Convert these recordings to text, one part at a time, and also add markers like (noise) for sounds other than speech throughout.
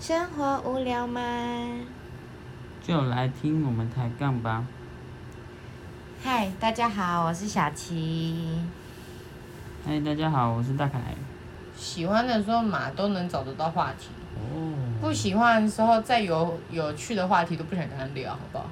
生活无聊吗？就来听我们抬杠吧。嗨，大家好，我是小琪。嗨，大家好，我是大凯。喜欢的时候嘛都能找得到话题，嗯哦，不喜欢的时候再有有趣的话题都不想跟他聊，好不好？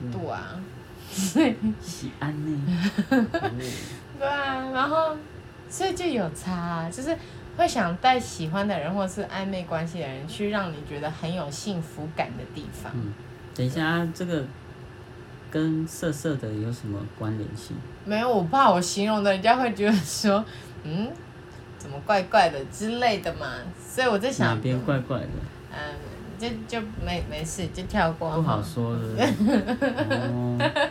嗯对啊，西安呢？对啊，然后所以就有差、啊，就是会想带喜欢的人或是暧昧关系的人去让你觉得很有幸福感的地方。嗯嗯等一下，这个跟色色的有什么关联性？没有，我怕我形容的人家会觉得说，嗯，怎么怪怪的之类的嘛，所以我在哪想，边怪怪的？嗯，就就没没事，就跳过哈。不好说的。哦，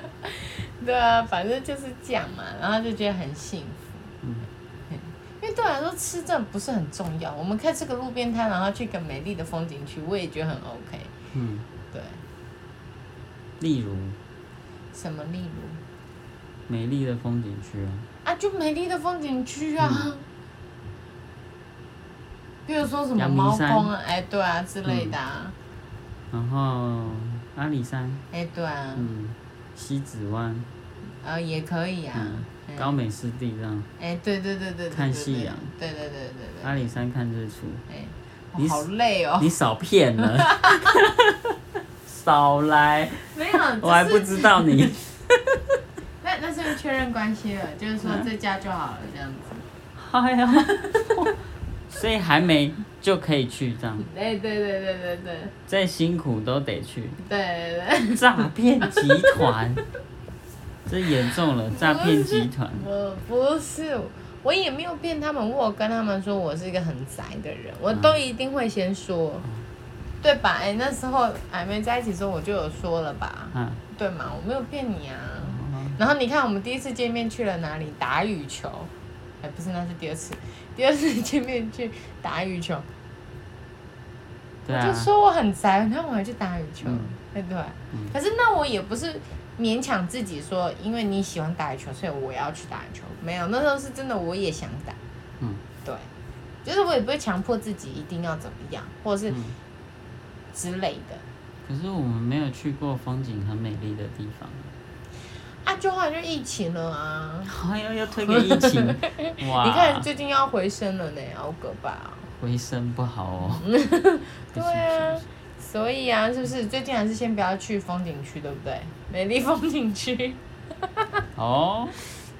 对啊，反正就是这样嘛，然后就觉得很幸福。嗯因为对我来说吃真的不是很重要，我们可以吃个路边摊，然后去一个美丽的风景区，我也觉得很 OK。嗯，对，例如什么例如美丽的风景区啊，啊，就美丽的风景区啊，嗯比如说什么阳明猫山嗯公啊，哎对啊之类的啊，然后阿里山，哎对啊，嗯，西子湾，呃也可以啊，嗯嗯，高美湿地这样，哎对对对对对，对看夕阳，对对对对对对，阿里山看日出。哎，你我好累哦，你少骗了， (laughs) 少来，没有，就是 (laughs) 我还不知道你。 (laughs) 那那是确认关系了，就是说这家就好了这样子。哎呀，所以还没就可以去这样，哎、对对对对对再辛苦都得去。对对对，诈骗集 (laughs) 团，这严重了，诈骗集团。我不是，我也没有骗他们，我有跟他们说我是一个很宅的人，我都一定会先说，对吧？哎、那时候还没在一起的时候我就有说了吧，啊，对嘛，我没有骗你啊。然后你看，我们第一次见面去了哪里？打羽球，哎，不是，那是第二次，第二次见面去打羽球，对我啊就，说我很宅，然后我还去打羽球，嗯对对、嗯可是那我也不是勉强自己说，因为你喜欢打羽球，所以我也要去打羽球。没有，那时候是真的我也想打，嗯对，就是我也不会强迫自己一定要怎么样，或者是嗯。之类的。可是我们没有去过风景很美丽的地方。啊，就后来就疫情了啊！哎呀，要推给疫 (laughs) 情，哇！你看最近要回升了呢，欧哥吧。回声不好 (laughs) 哦。 (laughs) 不对行啊不行，所以啊，是不是最近还是先不要去风景区，对不对？美丽风景区。哦，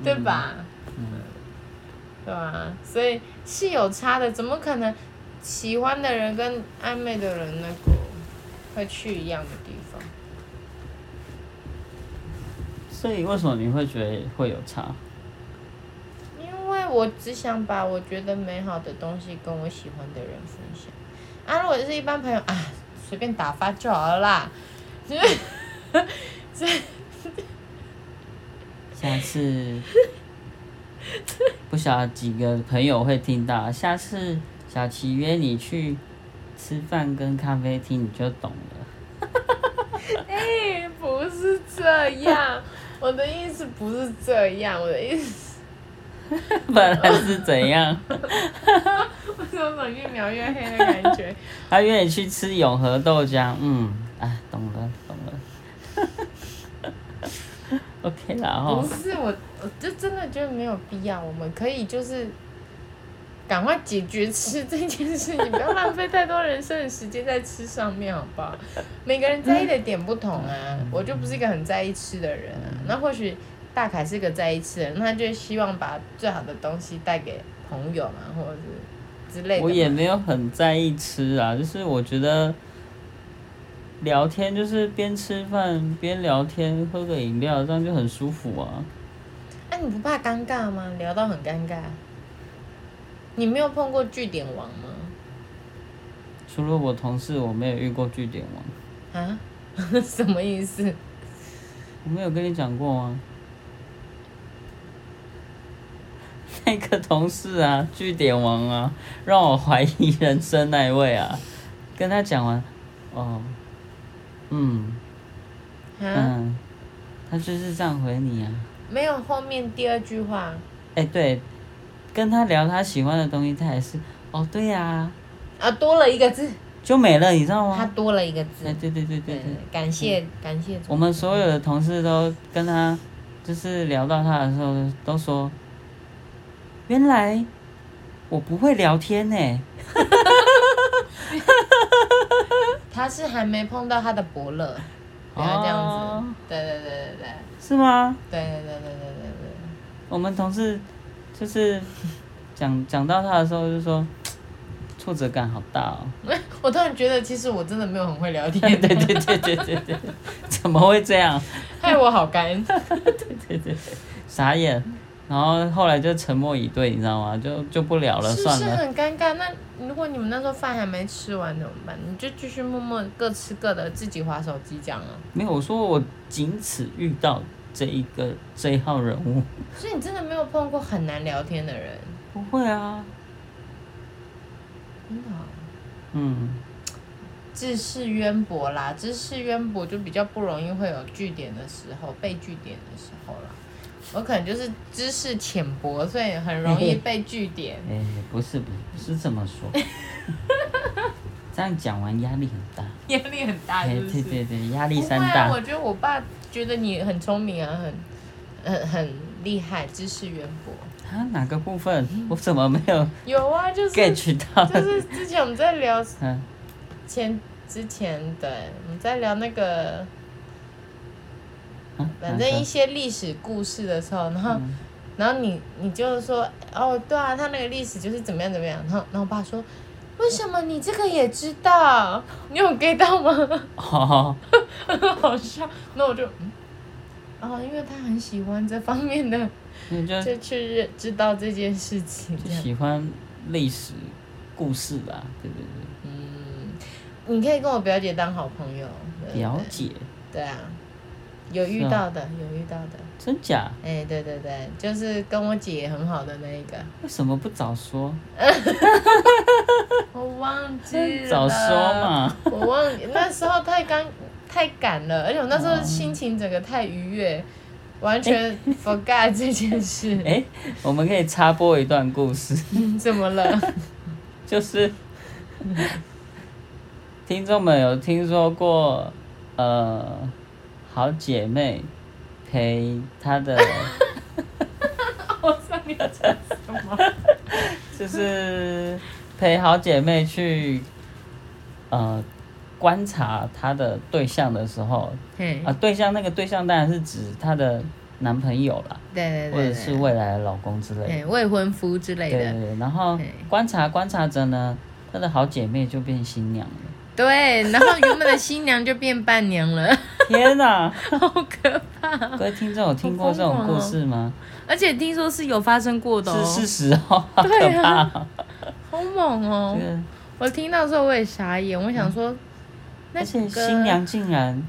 对吧？嗯对吧？所以是有差的，怎么可能喜欢的人跟暧昧的人那个会去一样的地方？所以为什么你会觉得会有差？因为我只想把我觉得美好的东西跟我喜欢的人分享。啊，如果是一般朋友啊，随便打发就好了啦。就是下次 (laughs) 不晓得几个朋友会听到，下次小琪约你去吃饭跟咖啡厅，你就懂了。 (laughs) 哎，不是这样，我的意思不是这样，我的意思， (laughs) 本来是怎样？我怎么越描越黑的感觉？他约你去吃永和豆浆，嗯，啊，懂了，懂了。OK (laughs) 啦不哦，是我，我就真的觉得没有必要。我们可以就是赶快解决吃这件事情，不要浪费太多人生的时间在吃上面，好不好？每个人在意的点不同啊，嗯我就不是一个很在意吃的人啊。那或许大凯是个在意吃的人，那他就希望把最好的东西带给朋友嘛，或者是之类的嘛。我也没有很在意吃啊，就是我觉得聊天就是边吃饭边聊天，喝个饮料，这样就很舒服啊。那、你不怕尴尬吗？聊到很尴尬。你没有碰过据点王吗？除了我同事，我没有遇过据点王。啊？ (laughs) 什么意思？我没有跟你讲过吗？ (laughs) 那个同事啊，据点王啊，让我怀疑人生那一位啊，跟他讲完，哦，嗯啊，嗯，他就是这样回你啊。没有后面第二句话哎、对，跟他聊他喜欢的东西，他也是，哦，对呀、啊啊，多了一个字，就没了，你知道他吗？多了一个字哎，。对对对哦对对对，嗯感谢感谢主。我们所有的同事都跟他，就是聊到他的时候，都说，原来我不会聊天欸呢、他是还没碰到他的伯乐，哦不要这样子。对对对对对是吗？对对对对对对我们同事就是讲讲到他的时候，就说挫折感好大哦。 (laughs) 对。 (laughs) 我突然觉得，其实我真的没有很会聊对天，对对对对对对，怎么会这样？害我好干。对对，傻眼。然后后来就沉默以对，你知道吗？就就不聊了，是不算是了。很尴尬？那如果你们那时候饭还没吃完怎么办？你就继续默默各吃各的，自己划手机这样啊。没有，我说我仅此遇到这一个这一号人物。所以你真的没有碰过很难聊天的人，不会啊，真的啊、嗯，知识渊博啦，知识渊博就比较不容易会有据点的时候，被据点的时候啦。我可能就是知识浅薄，所以很容易被据 (laughs) 点。哎、不是不是不是这么说。 (laughs) 这样讲完压力很大。压力很大，哎、啊是不是？对对对，压不力会山啊，大我。觉得我爸觉得你很聪明啊，很很很厉害，知识渊博。啊，哪个部分？我怎么没有有啊，就是 get 到？嗯就是之前我们在聊嗯，前之前对，我们在聊那个啊反哪正个一些历史故事的时候，然后、嗯然后你你就说哦对啊，他那个历史就是怎么样怎么样，然后然后我爸说。为什么你这个也知道？你有 get 到吗？ (laughs) 哦，好笑。那我就，嗯，哦，因为他很喜欢这方面的，那就就去认知道这件事情。这嗯就样，喜欢历史故事吧，对对对，嗯，你可以跟我表姐当好朋友。对对了解，对啊，有遇是啊到的，有遇到的。真假？哎、对对对，就是跟我姐很好的那一个，为什么不早说？我忘记了。早说！嘛！我忘记那时候太刚太赶了，而且我那时候心情整个太愉悦，完全 forget 这件事。哎、我们可以插播一段故事，嗯怎么 (laughs) 了？就是听众们有听说过，呃，好姐妹陪 (laughs) 她的，我知道你要讲什么。就是陪好姐妹去，呃，观察她的对象的时候，嘿，啊，对象那个对象当然是指她的男朋友啦，对对对或者是未来的老公之类哎的。未婚夫之类对对的，对，然后对观察观察着呢，她的好姐妹就变新娘了。对，然后原本的新娘就变伴娘了， (laughs) 天哪！好可怕！ (laughs) 各位听众有听过这种故事吗？而且听说是有发生过的哦，是事实哦，好可对怕啊哦。好猛哦这！个我听到之后我也傻眼，我想说，那而且个新娘竟然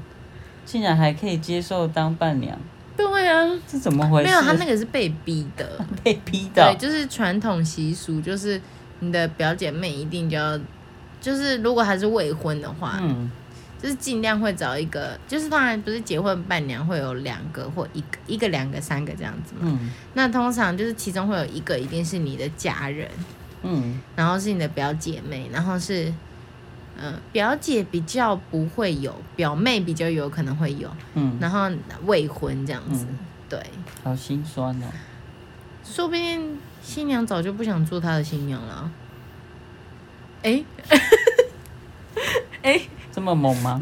竟然还可以接受当伴娘，对啊，这怎么回事？没有，他那个是被逼 (laughs) 的，被逼对的，，就是传统习俗，就是你的表姐妹一定就要，就是如果还是未婚的话，嗯，就是尽量会找一个，就是当然不是结婚伴娘会有两个或一个，一个两个三个这样子嘛，嗯那通常就是其中会有一个一定是你的家人，嗯然后是你的表姐妹，然后是，嗯、表姐比较不会有，表妹比较有可能会有，嗯，然后未婚这样子，嗯对，好心酸哦。说不定新娘早就不想做她的新娘了。哎，这么猛 (laughs) 吗？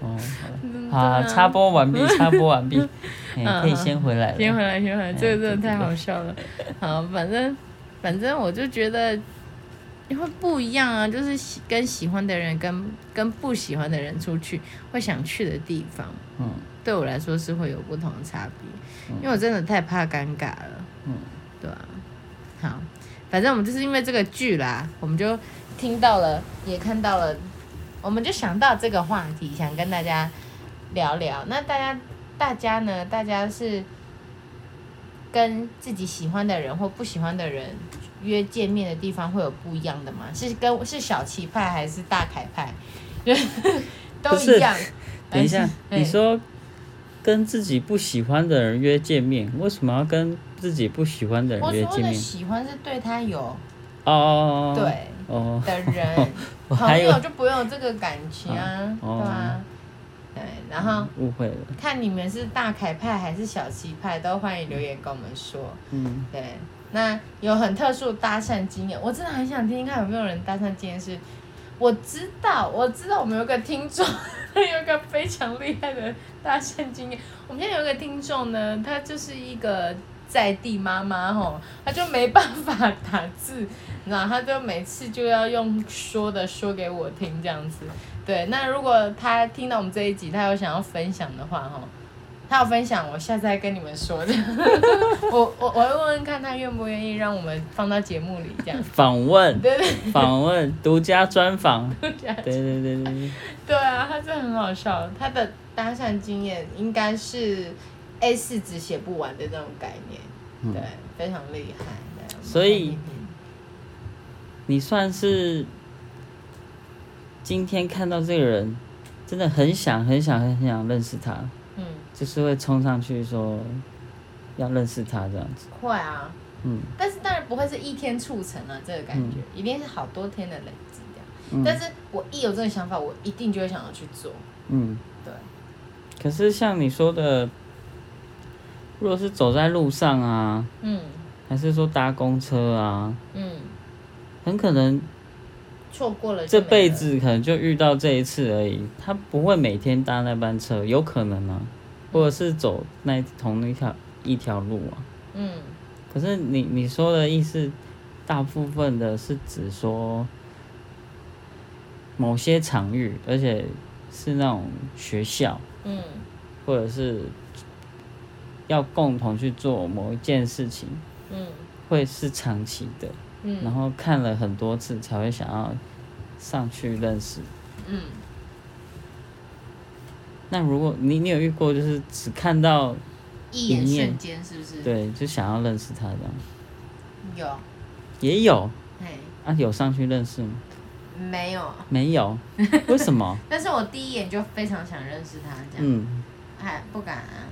哦，好的了，啊好，插播 (laughs) 完毕，插播完毕，哎，嗯可以先回来先了。回来，先回来，这个真的太好笑了。 (laughs) 好，反正反正我就觉得会不一样啊，就是喜跟喜欢的人跟跟不喜欢的人出去，会想去的地方，嗯对我来说是会有不同的差别，因为我真的太怕尴尬了。嗯，对啊，好，反正我们就是因为这个剧啦，我们就听到了，也看到了，我们就想到这个话题，想跟大家聊聊。那大家，大家呢？大家是跟自己喜欢的人或不喜欢的人约见面的地方会有不一样的吗？是跟是小气派还是大凯派？ (laughs) 都不是一样。等还一下是，你哎说跟自己不喜欢的人约见面，为什么要跟自己不喜欢的我人约所谓见的面？喜欢是对他有哦，对哦，的 (laughs) 人，我朋还有友就不用有这个感情啊，哦对啊，对，然后误会了，看你们是大凯派还是小齐派，都欢迎留言跟我们说。嗯，对，那有很特殊的搭讪经验，我真的很想听听看有没有人搭讪经验是。我知道，我知道，我们有个听众， (laughs) 他有一个非常厉害的搭讪经验。我们现在有一个听众呢，她就是一个在地妈妈吼，她就没办法打字，然后她就每次就要用说的说给我听这样子。对，那如果她听到我们这一集，她有想要分享的话吼，她有分享，我下次再跟你们说的。 (laughs) 我我我会问问看他愿不愿意让我们放到节目里这 (laughs) 样。访 (laughs) 问，对对访问，独家专访，对对对对对对，对啊，他真的很好笑，他的搭讪经验应该是 A 四纸写不完的那种概念，嗯对，非常厉害。对我们所以看一篇你算是今天看到这个人，真的很想很想很想认识他，嗯，就是会冲上去说要认识他这样子，快啊！嗯但是当然不会是一天促成啊，这个感觉、一定是好多天的累积这样。但嗯是我一有这个想法，我一定就会想要去做。嗯。对，可是像你说的，如果是走在路上啊，嗯还是说搭公车啊，嗯，很可能错过了就这没辈了子可能就遇到这一次而已，他不会每天搭那班车，有可能啊，或者是走那同一条一条路啊。嗯。可是你你说的意思，大部分的是指说某些场域，而且是那种学校，嗯或者是要共同去做某一件事情，嗯会是长期的，嗯然后看了很多次才会想要上去认识。嗯那如果你你有遇过，就是只看到一眼一面瞬间是不是？，对就想要认识他这样，有，也有嘿，啊，有上去认识吗？没有。没有，为 (laughs) 什么？但是我第一眼就非常想认识他，这样，嗯，哎、不敢啊。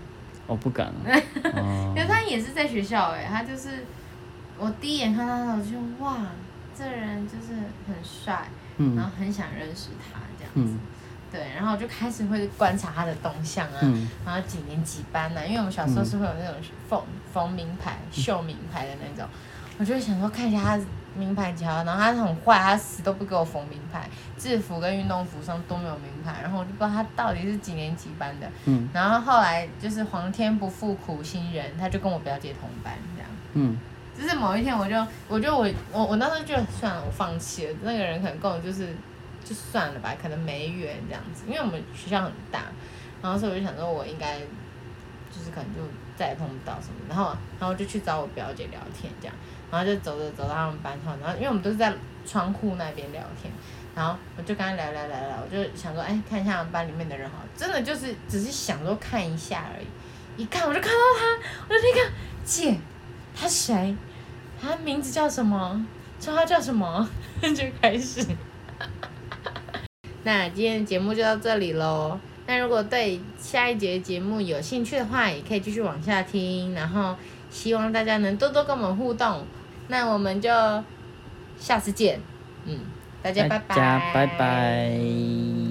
我不敢了。哦可是他也是在学校哎、他就是我第一眼看到他，我就哇，这人就是很帅，然嗯后很想认识他这样子。嗯对，然后我就开始会观察他的动向啊，嗯然后几年几班啊呢、因为我们小时候是会有那种缝缝名牌、绣名牌的那种，我就会想说看一下他名牌几号，然后他很坏，他死都不给我缝名牌，制服跟运动服上都没有名牌，然后我就不知道他到底是几年几班的，嗯然后后来就是皇天不负苦心人，他就跟我表姐同班这样。嗯就是某一天我就，我就我我我那时候就算了，我放弃了。那个人可能跟我就是就算了吧，可能没缘这样子，因为我们学校很大，然后所以我就想说，我应该就是可能就再也碰不到什么。然后然后就去找我表姐聊天这样，然后就走着走到他们班后，然后因为我们都是在窗户那边聊天。然后我就跟他聊聊聊聊，我就想说，哎，看一下我们班里面的人好了，真的就是只是想说看一下而已。一看我就看到他，我就立刻姐，他谁？他名字叫什么？绰号叫什么？ (laughs) 就开始。那今天的节目就到这里喽。那如果对下一节节目有兴趣的话，也可以继续往下听。然后希望大家能多多跟我们互动。那我们就下次见。嗯，大家拜拜，大家拜拜